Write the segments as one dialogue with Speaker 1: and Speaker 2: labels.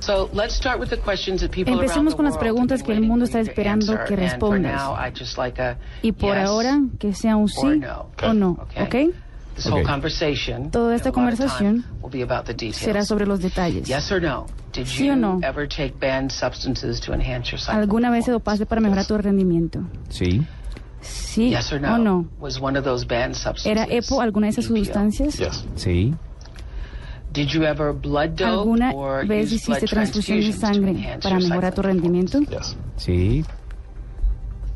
Speaker 1: So let's start with the questions that people
Speaker 2: Empecemos
Speaker 1: around the
Speaker 2: con
Speaker 1: world
Speaker 2: las
Speaker 1: have
Speaker 2: preguntas
Speaker 1: been
Speaker 2: que el
Speaker 1: waiting
Speaker 2: mundo
Speaker 1: for
Speaker 2: está
Speaker 1: you to
Speaker 2: esperando
Speaker 1: answer.
Speaker 2: que
Speaker 1: And for
Speaker 2: respondas.
Speaker 1: now, I just like a
Speaker 2: Y por
Speaker 1: yes
Speaker 2: ahora, que sea un
Speaker 1: or
Speaker 2: sí
Speaker 1: no.
Speaker 2: o no, ¿ok?
Speaker 1: This whole conversation,
Speaker 2: Toda esta
Speaker 1: a lot of time,
Speaker 2: conversación
Speaker 1: will be about the details.
Speaker 2: Será sobre los detalles.
Speaker 1: Yes or no? Did
Speaker 2: Sí
Speaker 1: you
Speaker 2: o no.
Speaker 1: ever take banned substances to enhance your psych-
Speaker 2: ¿Alguna vez se dopaste para mejorar tu rendimiento?
Speaker 3: Sí.
Speaker 2: Sí
Speaker 1: Yes or no?
Speaker 2: o no.
Speaker 1: Was one of those banned substances?
Speaker 2: ¿Era EPO alguna de esas
Speaker 1: EPO?
Speaker 2: sustancias?
Speaker 3: Sí.
Speaker 1: Did you ever blood dope
Speaker 2: ¿Alguna
Speaker 1: or
Speaker 2: vez
Speaker 1: use blood
Speaker 2: hiciste transfusión de
Speaker 1: transfusions to
Speaker 2: sangre
Speaker 1: enhance
Speaker 2: para
Speaker 1: your
Speaker 2: mejorar tu
Speaker 1: psych-
Speaker 2: rendimiento?
Speaker 3: Sí.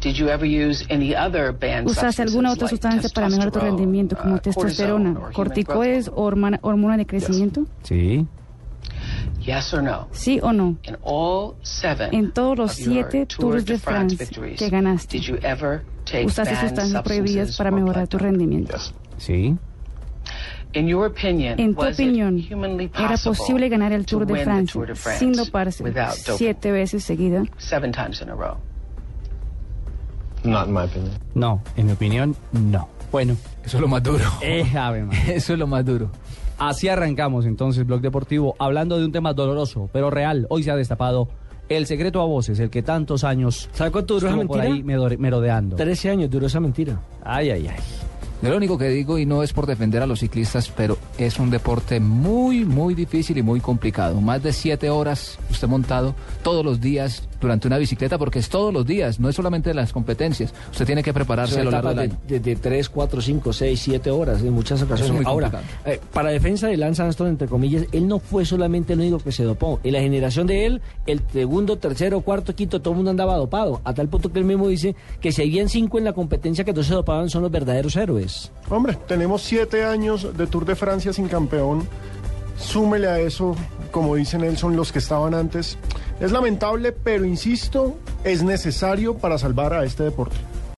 Speaker 1: Did you ever use any other banned
Speaker 2: ¿Usaste
Speaker 1: substances
Speaker 2: alguna otra
Speaker 1: like
Speaker 2: sustancia para mejorar tu
Speaker 1: testosterone,
Speaker 2: rendimiento,
Speaker 1: uh,
Speaker 2: como
Speaker 1: cortisone, or
Speaker 2: testosterona,
Speaker 1: human
Speaker 2: corticoides o hormona, hormona de crecimiento?
Speaker 3: Sí.
Speaker 1: growth hormone? Yes or no?
Speaker 2: ¿Sí o no?
Speaker 1: In all seven
Speaker 2: En todos los
Speaker 1: of your
Speaker 2: siete
Speaker 1: Tour
Speaker 2: Tours de France
Speaker 1: victories,
Speaker 2: que ganaste,
Speaker 1: did you ever take
Speaker 2: ¿Usaste
Speaker 1: banned
Speaker 2: sustancias prohibidas
Speaker 1: substances
Speaker 2: para
Speaker 1: or
Speaker 2: mejorar tu
Speaker 1: blood dope?
Speaker 2: rendimiento?
Speaker 3: Sí.
Speaker 1: In your opinion,
Speaker 2: En tu
Speaker 1: was it
Speaker 2: opinión,
Speaker 1: humanly
Speaker 2: ¿era
Speaker 1: possible
Speaker 2: posible ganar el
Speaker 1: to
Speaker 2: Tour
Speaker 1: win
Speaker 2: de
Speaker 1: the
Speaker 2: Francia
Speaker 1: Tour de France
Speaker 2: sin doparse
Speaker 1: without doping?
Speaker 2: siete veces seguida?
Speaker 1: Seven times in a row.
Speaker 4: Not in my opinion.
Speaker 3: No. En mi opinión, no. Bueno.
Speaker 5: Eso es lo más duro.
Speaker 3: Eh, ave María.
Speaker 5: Eso es lo más duro.
Speaker 3: Así arrancamos entonces Blog Deportivo, hablando de un tema doloroso, pero real. Hoy se ha destapado el secreto a voces, el que tantos años
Speaker 5: ¿Sabe cuánto duró esa
Speaker 3: estuvo por
Speaker 5: mentira?
Speaker 3: ahí medore- merodeando.
Speaker 5: 13 años duró esa mentira.
Speaker 3: Ay, ay, ay.
Speaker 6: Yo lo único que digo, y no es por defender a los ciclistas, pero es un deporte muy, muy difícil y muy complicado. Más de siete horas usted montado todos los días durante una bicicleta, porque es todos los días, no es solamente las competencias. Usted tiene que prepararse
Speaker 5: Son
Speaker 6: a lo largo
Speaker 5: etapas
Speaker 6: del
Speaker 5: de,
Speaker 6: año.
Speaker 5: de, de 3, 4, 5, 6, 7 horas en muchas ocasiones.
Speaker 6: muy
Speaker 5: Ahora,
Speaker 6: complicado.
Speaker 5: eh, para defensa de Lance Armstrong, entre comillas, él no fue solamente el único que se dopó. En la generación de él, el segundo, tercero, cuarto, quinto, todo el mundo andaba dopado. A tal punto que él mismo dice que si habían cinco en la competencia que no se dopaban son los verdaderos héroes.
Speaker 4: Hombre, tenemos siete años de Tour de Francia sin campeón. Súmele a eso, como dice Nelson, los que estaban antes. Es lamentable, pero insisto, es necesario para salvar a este deporte.